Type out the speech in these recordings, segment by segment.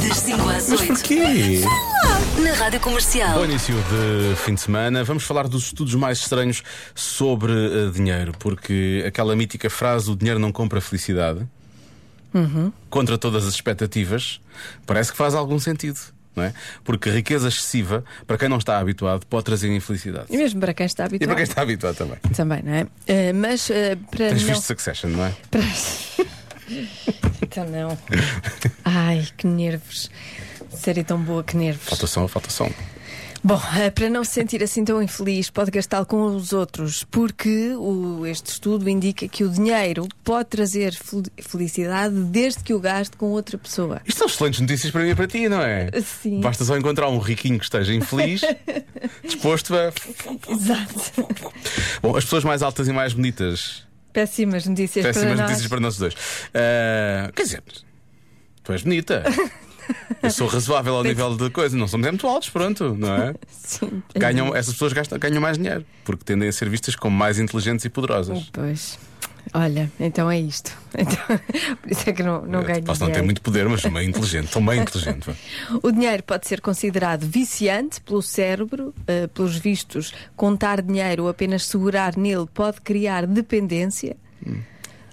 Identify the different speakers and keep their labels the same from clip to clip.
Speaker 1: Das 5 às
Speaker 2: Mas
Speaker 1: 8,
Speaker 2: porquê?
Speaker 1: na rádio comercial.
Speaker 2: Bom início de fim de semana. Vamos falar dos estudos mais estranhos sobre eh, dinheiro, porque aquela mítica frase: o dinheiro não compra felicidade,
Speaker 3: Uhum.
Speaker 2: contra todas as expectativas, parece que faz algum sentido. Não é? Porque riqueza excessiva, para quem não está habituado, pode trazer infelicidade.
Speaker 3: E mesmo para quem está
Speaker 2: E
Speaker 3: habituado.
Speaker 2: para quem está habituado também.
Speaker 3: Também, não é? Eh, mas eh, para
Speaker 2: Tens
Speaker 3: não.
Speaker 2: visto Succession, não é?
Speaker 3: para- então não. Ai, que nervos. Série tão boa, que nervos.
Speaker 2: Falta som, falta um. som.
Speaker 3: Bom, eh, para não se sentir assim tão infeliz, pode gastá-lo com os outros, porque o- este estudo indica que o dinheiro pode trazer fel- felicidade desde que o gaste com outra pessoa.
Speaker 2: Isto são excelentes notícias para mim e para ti, não é?
Speaker 3: Sim.
Speaker 2: Basta só encontrar um riquinho que esteja infeliz, disposto a.
Speaker 3: Exato.
Speaker 2: Bom, as pessoas mais altas e mais bonitas.
Speaker 3: Péssimas notícias
Speaker 2: Péssimas
Speaker 3: para
Speaker 2: notícias
Speaker 3: nós.
Speaker 2: para nós dois. Ah, quer dizer, tu és bonita. Eu sou razoável ao nível de coisa. Não somos é muito altos, pronto, não é?
Speaker 3: Sim.
Speaker 2: Ganham, essas pessoas gastam, ganham mais dinheiro porque tendem a ser vistas como mais inteligentes e poderosas.
Speaker 3: Pois. Olha, então é isto. Então, por isso é que não, não ganho
Speaker 2: Posso não ter
Speaker 3: dinheiro.
Speaker 2: muito poder, mas meio inteligente. Sou meio inteligente. vá.
Speaker 3: O dinheiro pode ser considerado viciante pelo cérebro, eh, pelos vistos. Contar dinheiro ou apenas segurar nele pode criar dependência.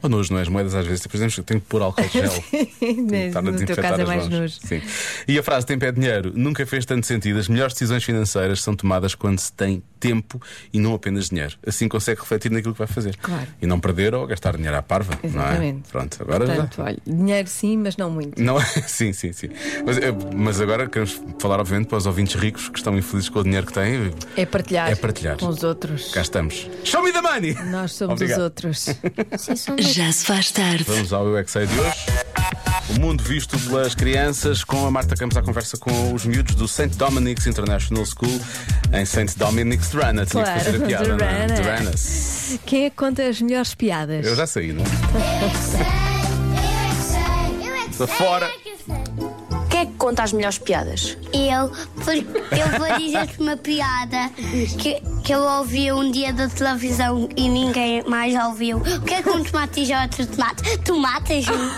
Speaker 2: Ou nojo, não é? As moedas às vezes, por exemplo, tenho que pôr álcool gel. Estar tá a
Speaker 3: no teu
Speaker 2: desinfetar
Speaker 3: caso é
Speaker 2: as
Speaker 3: mais
Speaker 2: mãos.
Speaker 3: nojo.
Speaker 2: Sim. E a frase tempo é dinheiro nunca fez tanto sentido. As melhores decisões financeiras são tomadas quando se tem tempo e não apenas dinheiro. Assim consegue refletir naquilo que vai fazer.
Speaker 3: Claro.
Speaker 2: E não perder ou gastar dinheiro à parva. Não é?
Speaker 3: Exatamente.
Speaker 2: Pronto, agora
Speaker 3: Portanto,
Speaker 2: já.
Speaker 3: olha, dinheiro sim, mas não muito.
Speaker 2: Não, é? sim, sim, sim. Mas, eh, mas agora queremos falar, obviamente, para os ouvintes ricos que estão infelizes com o dinheiro que têm.
Speaker 3: É partilhar,
Speaker 2: É partilhar.
Speaker 3: com os outros.
Speaker 2: Cá estamos. Show me the money!
Speaker 3: Nós somos
Speaker 2: Obrigado.
Speaker 3: os outros.
Speaker 1: Já se faz tarde.
Speaker 2: Vamos ao Eu é Que Sei de hoje. O mundo visto pelas crianças, com a Marta Campos à conversa com os miúdos do St. Dominic's International School, em St. Dominic's Durana. Tinha que fazer a
Speaker 3: Claro,
Speaker 2: piada, não é?
Speaker 3: Durana.
Speaker 2: Durana.
Speaker 3: Quem é que conta as melhores piadas?
Speaker 2: Eu já saí, não é?
Speaker 4: Lá
Speaker 2: fora.
Speaker 5: Quem é que conta as melhores piadas?
Speaker 4: Eu, por- eu vou dizer-te uma piada que, que eu ouvi um dia da televisão e ninguém mais ouviu. O que é que um tomate diz a outro tomate? Tu matas-me?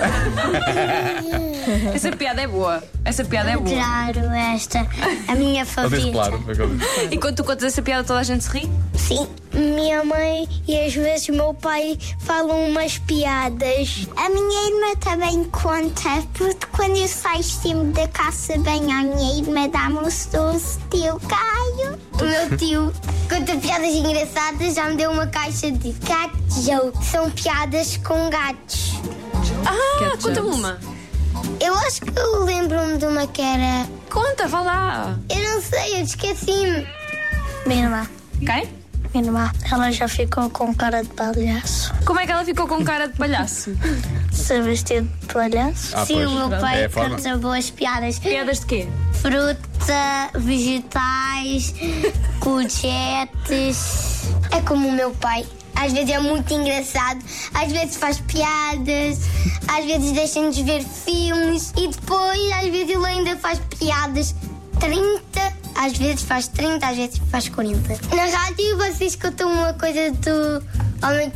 Speaker 5: Essa piada é boa. Essa piada é boa.
Speaker 4: Claro, esta a minha
Speaker 2: Ele
Speaker 4: favorita.
Speaker 2: diz claro. é que ele diz.
Speaker 5: E quando tu contas essa piada, toda a gente se ri?
Speaker 4: Sim. Minha mãe e às vezes meu pai falam umas piadas. A minha irmã também conta, porque quando eu saio sempre da casa bem, a minha irmã dá-me um doce, tio Caio. O meu tio conta piadas engraçadas, já me deu uma caixa de gato. São piadas com gatos.
Speaker 5: Ah,
Speaker 3: Cat
Speaker 5: conta-me
Speaker 3: jokes.
Speaker 5: uma.
Speaker 4: Eu acho que eu lembro-me de uma que era.
Speaker 5: Conta, vá lá.
Speaker 4: Eu não sei, eu esqueci-me. Minha irmã,
Speaker 5: Quem?
Speaker 4: minha irmã, ela já ficou com cara de palhaço.
Speaker 5: Como é que ela ficou com cara de palhaço?
Speaker 4: Se vestir de palhaço?
Speaker 2: Ah,
Speaker 4: Sim,
Speaker 2: pois.
Speaker 4: o meu
Speaker 2: É
Speaker 4: pai
Speaker 2: a forma.
Speaker 4: canta boas piadas.
Speaker 5: Piadas de quê?
Speaker 4: Fruta, vegetais, cochetes. É como o meu pai. Às vezes é muito engraçado, às vezes faz piadas, às vezes deixa-nos ver filmes e depois, às vezes, ele ainda faz piadas. 30, às vezes faz 30, às vezes faz 40. Na rádio, vocês contam uma coisa do homem,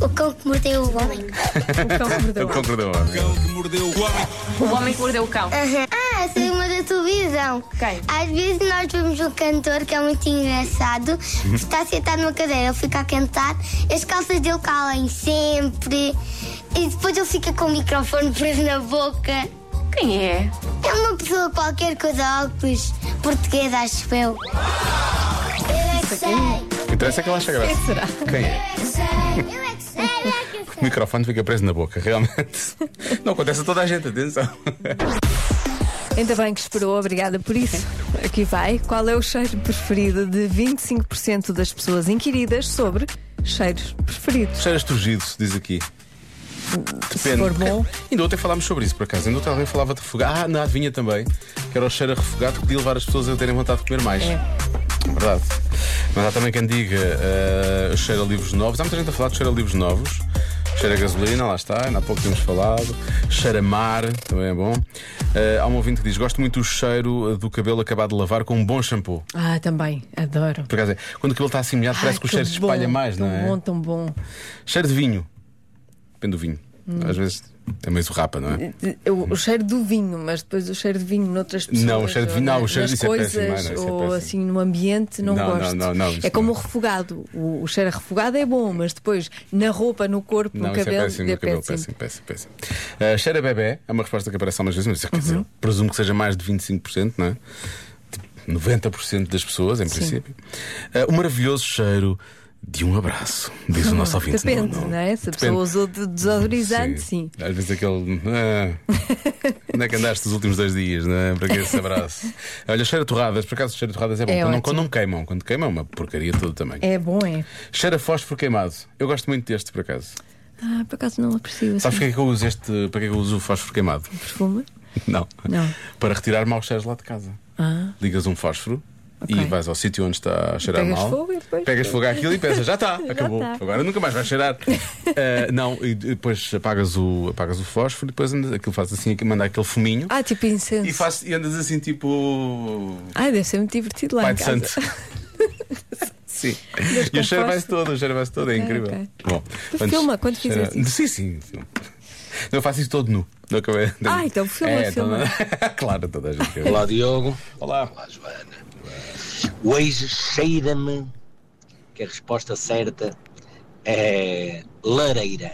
Speaker 4: o cão que mordeu o homem.
Speaker 3: O cão mordeu.
Speaker 2: Eu concordou. amigo.
Speaker 5: O homem que mordeu o cão.
Speaker 4: Aham. Ah, essa é uma da televisão.
Speaker 5: Quem?
Speaker 4: Às vezes nós vemos um cantor que é muito engraçado, que está sentado numa cadeira, ele fica a cantar, as calças dele caem sempre, e depois ele fica com o microfone preso na boca.
Speaker 5: Quem é?
Speaker 4: É uma pessoa qualquer coisa, óculos, portuguesa, acho eu. Eu é que sei,
Speaker 2: O que interessa é que ela acha graça.
Speaker 3: Será?
Speaker 2: Quem é?
Speaker 4: eu é que sei, eu é que sei, eu é que
Speaker 2: O microfone fica preso na boca, realmente. Não acontece a toda a gente, atenção.
Speaker 3: Ainda bem que esperou, obrigada por isso. Aqui vai. Qual é o cheiro preferido de 25% das pessoas inquiridas sobre cheiros preferidos?
Speaker 2: Cheiras turgido, se diz aqui.
Speaker 3: Se for bom,
Speaker 2: Ainda ontem falámos sobre isso, por acaso. Ainda ontem alguém falava de refogado. Ah, na adivinha também. Que era o cheiro a refogado que podia levar as pessoas a terem vontade de comer mais.
Speaker 3: É.
Speaker 2: verdade. Mas há também quem diga eh, cheira a livros novos. Há muita gente a falar de cheira a livros novos. Cheira a gasolina, lá está, ainda há pouco tínhamos falado. Cheira a mar, também é bom. Eh, há um ouvinte que diz: Gosto muito do cheiro eh, do cabelo acabado de lavar com um bom shampoo.
Speaker 3: Ah, também, adoro.
Speaker 2: Por acaso, é, quando o cabelo está assim molhado, parece
Speaker 3: Ai,
Speaker 2: que o cheiro se espalha
Speaker 3: bom,
Speaker 2: mais, não
Speaker 3: tão
Speaker 2: é?
Speaker 3: Bom, tão bom.
Speaker 2: Cheiro de vinho. Depende do vinho.
Speaker 3: Hum.
Speaker 2: Às vezes é meio rapa, não é?
Speaker 3: O, o cheiro do vinho, mas depois o cheiro de vinho noutras pessoas.
Speaker 2: Não, o cheiro de
Speaker 3: ou
Speaker 2: vinho- não,
Speaker 3: na-
Speaker 2: o cheiro
Speaker 3: nas
Speaker 2: disso é
Speaker 3: coisas,
Speaker 2: péssimo, não, não, isso é
Speaker 3: ou
Speaker 2: péssimo.
Speaker 3: assim no ambiente, não,
Speaker 2: Não, não,
Speaker 3: gosto.
Speaker 2: não, não, isso
Speaker 3: é como
Speaker 2: não.
Speaker 3: o refogado. O, o cheiro a refogado é bom, mas depois na roupa, no corpo,
Speaker 2: Não,
Speaker 3: no
Speaker 2: isso é
Speaker 3: cabelo,
Speaker 2: péssimo, no cabelo, péssimo, péssimo, péssimo. Ah, cheira a bebê, é uma resposta que aparece algumas vezes, mas quer
Speaker 3: Uhum.
Speaker 2: dizer, presumo que seja mais de 25%, não é? Tipo, 90% das pessoas, em princípio. Ah, o maravilhoso cheiro de um abraço, diz o nosso ouvinte.
Speaker 3: Depende, não, é? Se a pessoa
Speaker 2: Depende.
Speaker 3: usou de desodorizante, sim.
Speaker 2: Às vezes aquele. Ah, onde é que andaste os últimos dois dias, não é? Para que esse abraço? Olha, cheira a torradas, por acaso cheira a torradas é bom.
Speaker 3: É
Speaker 2: quando, não,
Speaker 3: ótimo.
Speaker 2: quando não queimam, quando queimam é uma porcaria todo também.
Speaker 3: É bom, é?
Speaker 2: Cheira a fósforo queimado. Eu gosto muito deste, por acaso.
Speaker 3: Ah, por acaso não aprecio esse
Speaker 2: Sabes para que é que eu uso este? Para que é que eu uso o fósforo queimado?
Speaker 3: perfume.
Speaker 2: Não.
Speaker 3: Não.
Speaker 2: Para retirar maus cheiros lá de casa.
Speaker 3: Ah.
Speaker 2: Ligas um fósforo
Speaker 3: Ok.
Speaker 2: e vais ao sítio onde está a cheirar
Speaker 3: Pegas
Speaker 2: mal.
Speaker 3: fogo e depois-
Speaker 2: Pegas fogo àquilo e pensas, já está,
Speaker 3: Já
Speaker 2: acabou.
Speaker 3: está.
Speaker 2: Agora nunca mais vai cheirar. Ah, não, e depois apagas o, apagas o fósforo e depois andas- aquilo faz assim, aquilo manda aquele fuminho
Speaker 3: Ah, tipo incenso.
Speaker 2: e, faz, e andas assim tipo.
Speaker 3: Ai, deve ser muito divertido lá
Speaker 2: Pai
Speaker 3: em
Speaker 2: de
Speaker 3: casa.
Speaker 2: Santo. Sim. E o cheiro vai-se todo, o cheiro vai-se todo, é incrível.
Speaker 3: ok.
Speaker 2: Bom,
Speaker 3: Tu filma quando
Speaker 2: cheira-
Speaker 3: fizeres isso.
Speaker 2: Sim, sim. filma. Eu faço isso todo nu. Não acabei.
Speaker 3: Ah, então filma,
Speaker 2: é,
Speaker 3: filma.
Speaker 2: então- claro, toda a gente.
Speaker 6: Olá, Diogo.
Speaker 2: Olá.
Speaker 6: Olá, Joana. Hoje cheira-me que a resposta certa é lareira.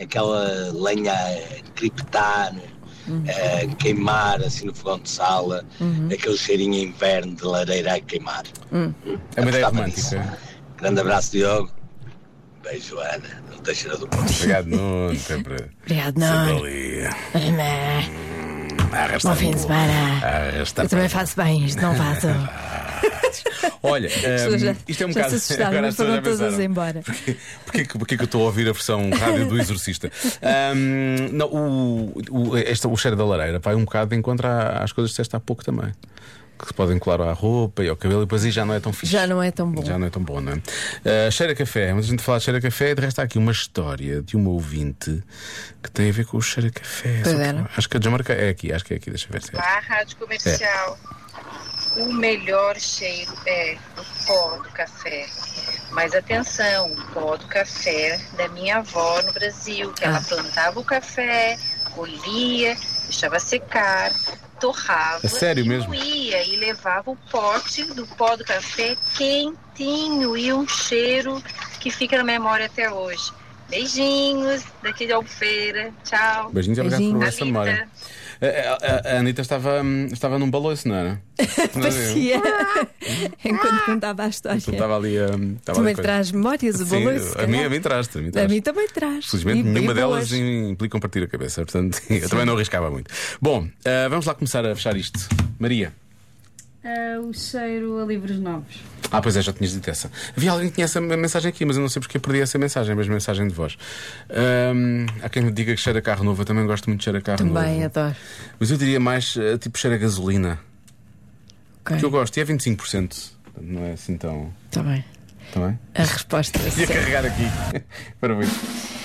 Speaker 6: Aquela lenha a criptar, Uhum. a queimar assim no fogão de sala, aquele cheirinho em inverno de lareira a queimar.
Speaker 2: É uma ideia
Speaker 6: Gostava
Speaker 2: romântica.
Speaker 6: disso. Grande abraço, Diogo. Beijo, Joana. Não deixa do ponto.
Speaker 2: Obrigado, Nuno. Sempre.
Speaker 3: Obrigado, não.
Speaker 2: Sempre ali. Hum,
Speaker 3: Bom
Speaker 2: a arrastar
Speaker 3: fim de
Speaker 2: pelo-
Speaker 3: semana.
Speaker 2: a arrastar
Speaker 3: Eu também
Speaker 2: pelo-
Speaker 3: faço bem isto, não faço.
Speaker 2: Olha,
Speaker 3: pessoas já-
Speaker 2: hum, isto é um
Speaker 3: já
Speaker 2: bocado.
Speaker 3: se assustaram,
Speaker 2: agora
Speaker 3: mas
Speaker 2: as pessoas já
Speaker 3: foram todas
Speaker 2: pensaram,
Speaker 3: embora.
Speaker 2: Porquê, porquê, que- porquê que eu estou a ouvir a versão rádio do Exorcista? Hum, não, o, o, este, o cheiro da lareira vai um bocado de encontro à- às coisas que disseste há pouco também. Que se podem colar à roupa e ao cabelo, e depois aí já não é tão fixe.
Speaker 3: Já não é tão bom.
Speaker 2: Já não é tão bom, não é? Ah, cheiro a café. Muita gente fala de cheiro a café. De resto, há aqui uma história de uma ouvinte que tem a ver com o cheiro a café.
Speaker 3: Pois
Speaker 2: Só que-
Speaker 3: era.
Speaker 2: Acho que a Jamarca é aqui. Acho que é aqui. Deixa eu ver se é.
Speaker 7: Olá, Rádio Comercial. O melhor cheiro é o pó do café. Mas atenção, o pó do café da minha avó no Brasil, que
Speaker 3: Ah.
Speaker 7: ela plantava o café, colhia, deixava secar, torrava,
Speaker 2: É sério
Speaker 7: e
Speaker 2: mesmo?
Speaker 7: moía e levava o pote do pó do café quentinho e um cheiro que fica na memória até hoje. Beijinhos daqui de Albufeira. Tchau.
Speaker 2: Beijinhos, obrigado por
Speaker 3: Beijinhos.
Speaker 2: essa memória.
Speaker 7: Anitta.
Speaker 2: A, a- a- a Anitta estava, hum, estava num balanço, não era?
Speaker 3: Parecia. É. Enquanto contava a história.
Speaker 2: Eu Estava ali. hum, Estava
Speaker 3: Também
Speaker 2: ali coisa.
Speaker 3: traz memórias, o
Speaker 2: Sim,
Speaker 3: bolo se
Speaker 2: a mim,
Speaker 3: calhar.
Speaker 2: a mim traz-te. a mim
Speaker 3: A
Speaker 2: traz-te.
Speaker 3: mim também traz.
Speaker 2: Felizmente,
Speaker 3: E-
Speaker 2: nenhuma
Speaker 3: e
Speaker 2: delas
Speaker 3: boas.
Speaker 2: implica um partir a cabeça. Portanto, eu também não arriscava muito. Bom, ah, vamos lá começar a fechar isto. Maria.
Speaker 8: Eh, o cheiro a livros novos.
Speaker 2: Ah, pois é, já tinhas dito essa. Havia alguém que tinha essa mensagem aqui, mas eu não sei porque eu perdi essa mensagem, mas mensagem de voz. Hum, há quem me diga que cheira a carro novo, eu também gosto muito de cheiro a carro
Speaker 3: Também é-
Speaker 2: novo.
Speaker 3: adoro.
Speaker 2: Mas eu diria mais eh, tipo cheiro a gasolina,
Speaker 3: Ok,
Speaker 2: que eu gosto, e é 25%. Portanto, Não é assim tão.
Speaker 3: Tá bem.
Speaker 2: Está bem?
Speaker 3: A resposta,
Speaker 2: Ia
Speaker 3: certa.
Speaker 2: carregar aqui. Parabéns.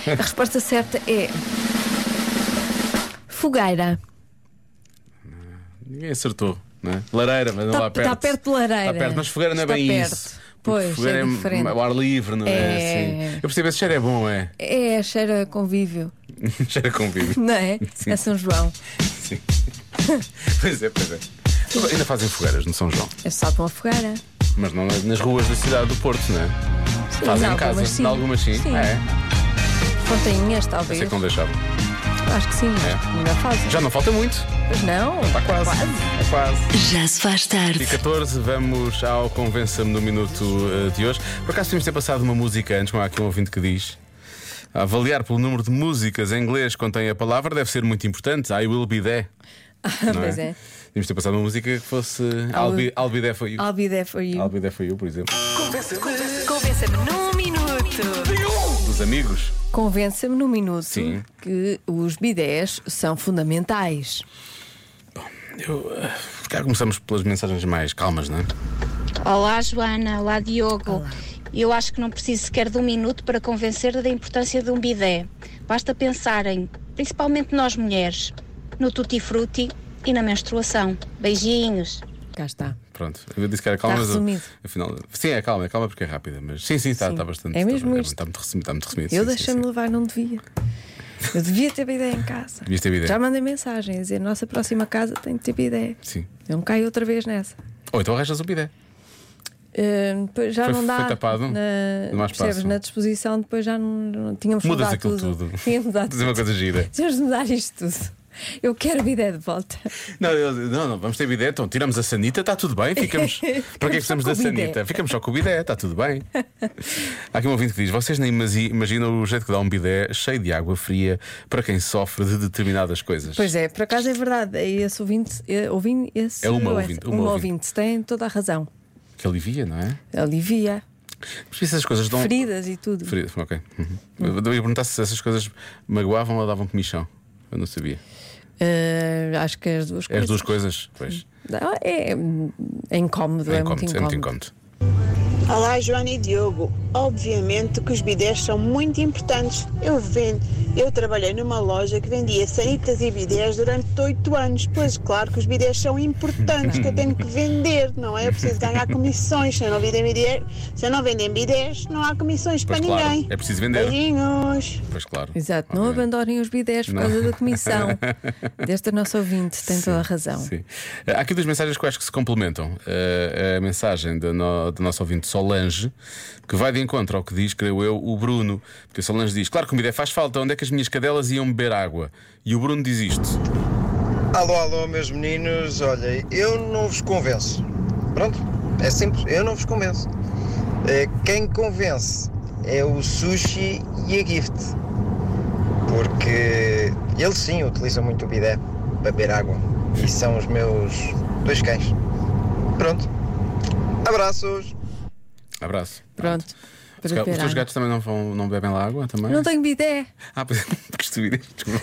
Speaker 3: a resposta certa é. Fogueira.
Speaker 2: Ninguém acertou, não é? Lareira, mas não
Speaker 3: Tá-
Speaker 2: lá perto.
Speaker 3: tá perto de lareira.
Speaker 2: Está perto, mas fogueira não é
Speaker 3: Está
Speaker 2: bem
Speaker 3: perto.
Speaker 2: isso. Porque
Speaker 3: Pois,
Speaker 2: fogueira
Speaker 3: é diferente.
Speaker 2: ao ar livre, não é?
Speaker 3: É.
Speaker 2: Assim. Eu percebo, esse cheiro é bom, é?
Speaker 3: É, cheira a convívio,
Speaker 2: cheiro a convívio.
Speaker 3: não é?
Speaker 2: Sim.
Speaker 3: É São João.
Speaker 2: Sim. pois é, pois é. Ainda fazem fogueiras no São João,
Speaker 3: É só com a fogueira.
Speaker 2: mas não nas nas ruas da cidade do Porto, não é?
Speaker 3: Sim,
Speaker 2: fazem em
Speaker 3: algumas
Speaker 2: casa,
Speaker 3: sim.
Speaker 2: em algumas sim.
Speaker 3: Sim.
Speaker 2: É,
Speaker 3: Fontainhas,
Speaker 2: eu
Speaker 3: talvez.
Speaker 2: sei que não deixavam.
Speaker 3: Acho que sim, acho que ainda fazem.
Speaker 2: É. Já não falta muito.
Speaker 3: Mas não,
Speaker 2: quase. É quase.
Speaker 1: Já se faz
Speaker 2: E
Speaker 1: tarde.
Speaker 2: 14, vamos ao Convença-me no Minuto eh, de hoje. Por acaso tínhamos de ter passado uma música antes, como há aqui um ouvinte que diz. Avaliar pelo número de músicas em inglês que contém a palavra deve ser muito importante. I will be there. não
Speaker 3: pois é.
Speaker 2: Tínhamos de ter passado uma música que fosse I'll be, I'll be there for you.
Speaker 3: I'll be there for you.
Speaker 2: I'll be there for you, por exemplo.
Speaker 1: Convença-me num minuto.
Speaker 2: Dos amigos.
Speaker 3: Convença-me num minuto
Speaker 2: Sim.
Speaker 3: que os bidés são fundamentais.
Speaker 2: Eu, eh, se calhar começamos pelas mensagens mais calmas, não é?
Speaker 9: Olá, Joana. Olá, Diogo. Eu acho que não preciso sequer de um minuto para convencer da importância de um bidé. Basta pensarem, principalmente nós mulheres, no tutti-frutti e na menstruação. Beijinhos.
Speaker 3: Cá está.
Speaker 2: Pronto, eu disse que era calma,
Speaker 3: Está Tá resumido.
Speaker 2: mas afinal. Sim, é calma, é calma porque é rápida, mas sim, sim, está,
Speaker 3: Sim.
Speaker 2: está bastante.
Speaker 3: É mesmo
Speaker 2: está,
Speaker 3: isto.
Speaker 2: Está muito resumido, está muito resumido.
Speaker 3: Eu
Speaker 2: sim, sim,
Speaker 3: deixei-me
Speaker 2: sim.
Speaker 3: levar, não devia. Eu devia ter bidé em casa.
Speaker 2: Devias ter bidé.
Speaker 3: Já mandei mensagem a dizer: nossa próxima casa tem de ter bidé.
Speaker 2: Sim.
Speaker 3: Eu não caio outra vez nessa.
Speaker 2: Ou então arranjas um bidé.
Speaker 3: Eh, depois já
Speaker 2: Foi-
Speaker 3: não dá.
Speaker 2: foi tapado? Não há
Speaker 3: Na,
Speaker 2: espaço.
Speaker 3: percebes? Na disposição, depois já não, não tínhamos
Speaker 2: Mudas
Speaker 3: mudado
Speaker 2: aquilo
Speaker 3: tudo.
Speaker 2: tudo.
Speaker 3: Tínhamos mudado
Speaker 2: Dizer uma
Speaker 3: tudo.
Speaker 2: coisa gira.
Speaker 3: Tínhamos de mudar isto tudo. Eu quero bidé de volta.
Speaker 2: Não, eu- não, não, vamos ter bidé, então tiramos a sanita, está tudo bem, ficamos. Para que é que
Speaker 3: Ficamos só
Speaker 2: precisamos
Speaker 3: com
Speaker 2: da
Speaker 3: o bidé.
Speaker 2: sanita? Ficamos só com o bidé, está tudo bem. Há aqui um ouvinte que diz: vocês nem imagi- imaginam o jeito que dá um bidé cheio de água fria para quem sofre de determinadas coisas.
Speaker 3: Pois é, por acaso é verdade. É Esse ouvinte, é, ouvinte esse
Speaker 2: É uma
Speaker 3: ou
Speaker 2: ouvinte,
Speaker 3: essa?
Speaker 2: uma
Speaker 3: uma
Speaker 2: ouvinte.
Speaker 3: ouvinte, tem toda a razão.
Speaker 2: Que alivia, não é?
Speaker 3: Alivia,
Speaker 2: Mas essas coisas dão.
Speaker 3: feridas e tudo.
Speaker 2: Ferido, ok. Uhum. Eu ia perguntar se essas coisas magoavam ou davam comichão. Eu não sabia.
Speaker 3: Eh, acho que as duas
Speaker 2: É as
Speaker 3: coisas.
Speaker 2: duas coisas? Pois.
Speaker 3: Não, É, é incómodo, é,
Speaker 2: É incómodo, é
Speaker 3: muito incómodo.
Speaker 2: muito incómodo.
Speaker 10: Olá, Joana e Diogo. Obviamente que os bidés são muito importantes. Eu vendo, eu trabalhei numa loja que vendia sanitas e bidés durante oito anos. Pois claro que os bidés são importantes, que eu tenho que vender, não é? Eu preciso ganhar comissões. Se eu não vendem bidés, se eu não vendem bidés, não há comissões
Speaker 2: Pois
Speaker 10: para
Speaker 2: claro,
Speaker 10: ninguém.
Speaker 2: é preciso vender.
Speaker 10: Beijinhos.
Speaker 2: Pois claro.
Speaker 3: Exato, não
Speaker 2: Obviamente.
Speaker 3: abandonem os bidés por causa
Speaker 2: Não.
Speaker 3: da comissão. Desta nossa ouvinte, tem toda a razão.
Speaker 2: Sim. Eh, Há aqui duas mensagens que eu acho que se complementam. Eh, a mensagem da no, do nosso ouvinte Solange, que vai de encontro ao que diz, creio eu, o Bruno. Porque a Solange diz: Claro, comida faz falta, onde é que as minhas cadelas iam beber água? E o Bruno diz isto.
Speaker 11: Alô, alô, meus meninos. Olha, eu não vos convenço. Pronto, é simples, eu não vos convenço. Eh, Quem convence é o sushi e a gift. Porque eles sim utilizam muito o bidé para beber água. E são os meus dois cães. Pronto. Abraços.
Speaker 2: Abraço.
Speaker 3: Pronto. para
Speaker 2: Se calhar Os
Speaker 3: beber
Speaker 2: teus
Speaker 3: água.
Speaker 2: gatos também não, vão, não bebem lá água? Também?
Speaker 3: Não tenho bidé.
Speaker 2: Ah, pois, que estupidez. desculpa.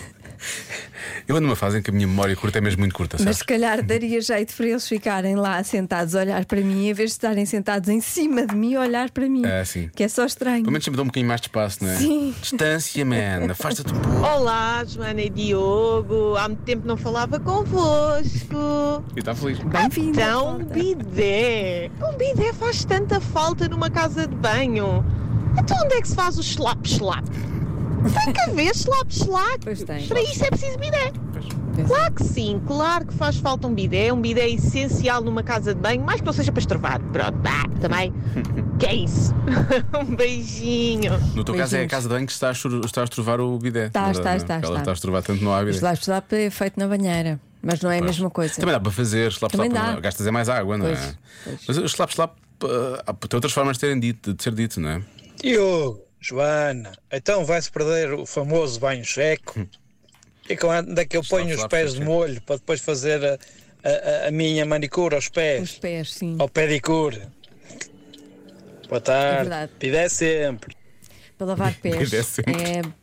Speaker 2: Eu ando numa fase em que a minha memória curta é mesmo muito curta,
Speaker 3: Mas
Speaker 2: sabes?
Speaker 3: se calhar daria jeito para eles ficarem lá sentados a olhar para mim, em vez de estarem sentados em cima de mim a olhar para mim.
Speaker 2: É, sim.
Speaker 3: Que é só estranho.
Speaker 2: Pelo menos sempre dá um bocadinho mais de espaço, não é?
Speaker 3: Sim.
Speaker 2: Distância, man. Afasta-te um pouco.
Speaker 10: Olá, Joana e Diogo. Há muito tempo não falava convosco.
Speaker 2: E está feliz.
Speaker 3: Bem-vindo.
Speaker 10: Então, um bidé. Um bidé faz tanta falta numa casa de banho. Então, onde é que se faz o slap-slap? Tem que haver slap-slap.
Speaker 3: Pois tem.
Speaker 10: Para isso é preciso bidé.
Speaker 2: Pois.
Speaker 10: Claro que sim, claro que faz falta um bidé. Um bidé é essencial numa casa de banho, mais que não seja para estrovar. Pronto, pá, também. Que é isso? um beijinho.
Speaker 2: No teu caso é a
Speaker 3: Beijinhos.
Speaker 2: casa de banho que está a, estru- está a estrovar o bidé.
Speaker 3: Está,
Speaker 2: na verdade, não
Speaker 3: está,
Speaker 2: é?
Speaker 3: está,
Speaker 2: Porque Ela
Speaker 3: está.
Speaker 2: está a estrovar tanto não há bidé.
Speaker 3: Os lápis-lápis é feito na banheira, mas não é a
Speaker 2: Pois.
Speaker 3: mesma coisa.
Speaker 2: Também dá para fazer, slap,
Speaker 3: Também
Speaker 2: slap,
Speaker 3: dá.
Speaker 2: não- gastas é mais água, não é?
Speaker 3: Pois, pois.
Speaker 2: Mas o slap, slap, eh, há- tem outras formas de, terem dito, de ser dito, não é?
Speaker 11: Diogo, Joana, então vai-se perder o famoso banho seco. E com onde é que eu
Speaker 2: Hum. Está ponho os lá, pés de sim.
Speaker 11: molho para depois fazer a, minha manicura aos
Speaker 3: Os pés, sim.
Speaker 2: Oh.
Speaker 11: Ao pedicure. Boa tarde.
Speaker 3: verdade.
Speaker 11: Pidé sempre.
Speaker 3: Para lavar pés.
Speaker 2: Bidé sempre.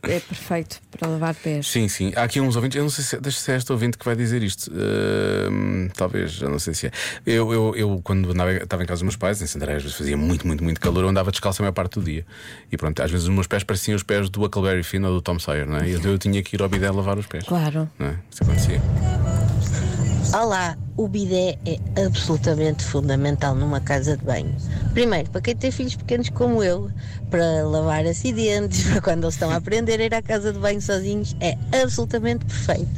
Speaker 3: É, é perfeito para lavar pés.
Speaker 2: Sim, sim. Há aqui uns ouvintes, eu não sei se, deixa se é este ouvinte que vai dizer isto. Ahm, talvez, eu não sei se é. Eu, eu, eu quando andava, estava em casa dos meus pais, em Santarém, às vezes fazia muito, muito, muito calor, eu andava descalço a maior parte do dia. E pronto, às vezes os meus pés pareciam os pés do Huckleberry Finn ou do Tom Sawyer, não é? E eu tinha que ir ao bidé lavar os pés.
Speaker 3: Claro.
Speaker 2: Não é? Isso acontecia.
Speaker 9: Olá, o bidé é absolutamente fundamental numa casa de banho. Primeiro, para quem tem filhos pequenos como eu, para lavar acidentes, para quando eles estão a aprender a ir à casa de banho sozinhos, é absolutamente perfeito.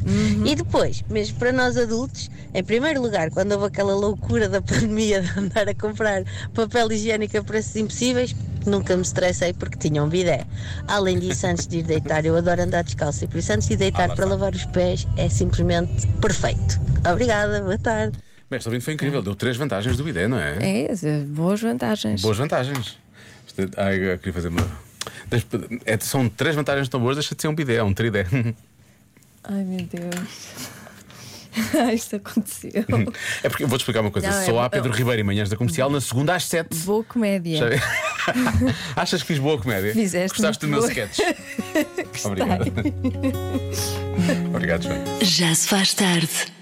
Speaker 9: E depois, mesmo para nós adultos, em primeiro lugar, quando houve aquela loucura da pandemia de andar a comprar papel higiênico a preços impossíveis, nunca me estressei porque tinha um bidé. Além disso, antes de ir deitar, eu adoro andar descalço e por isso, antes de deitar para lavar os pés, é simplesmente perfeito. Obrigada, boa tarde.
Speaker 2: Bem, este ouvinte foi incrível, deu três vantagens do bidé, não é?
Speaker 3: É, é, boas vantagens.
Speaker 2: Boas vantagens. Isto- é, Ai, eu queria fazer uma. Deixa- é- são três vantagens tão boas, deixa de ser um bidé, é um tridé.
Speaker 3: Ai meu Deus. Ai, Isto aconteceu.
Speaker 2: É porque eu vou-te explicar uma coisa.
Speaker 3: Não, é-
Speaker 2: Só há Pedro Ribeiro em manhãs da comercial, na segunda às sete.
Speaker 3: Boa comédia.
Speaker 2: Sabe? Achas que fiz boa comédia?
Speaker 3: Fizeste
Speaker 2: Gostaste do
Speaker 3: muito
Speaker 2: meu
Speaker 3: boa.
Speaker 2: sketch? Obrigado. Obrigado, João.
Speaker 1: Já se faz tarde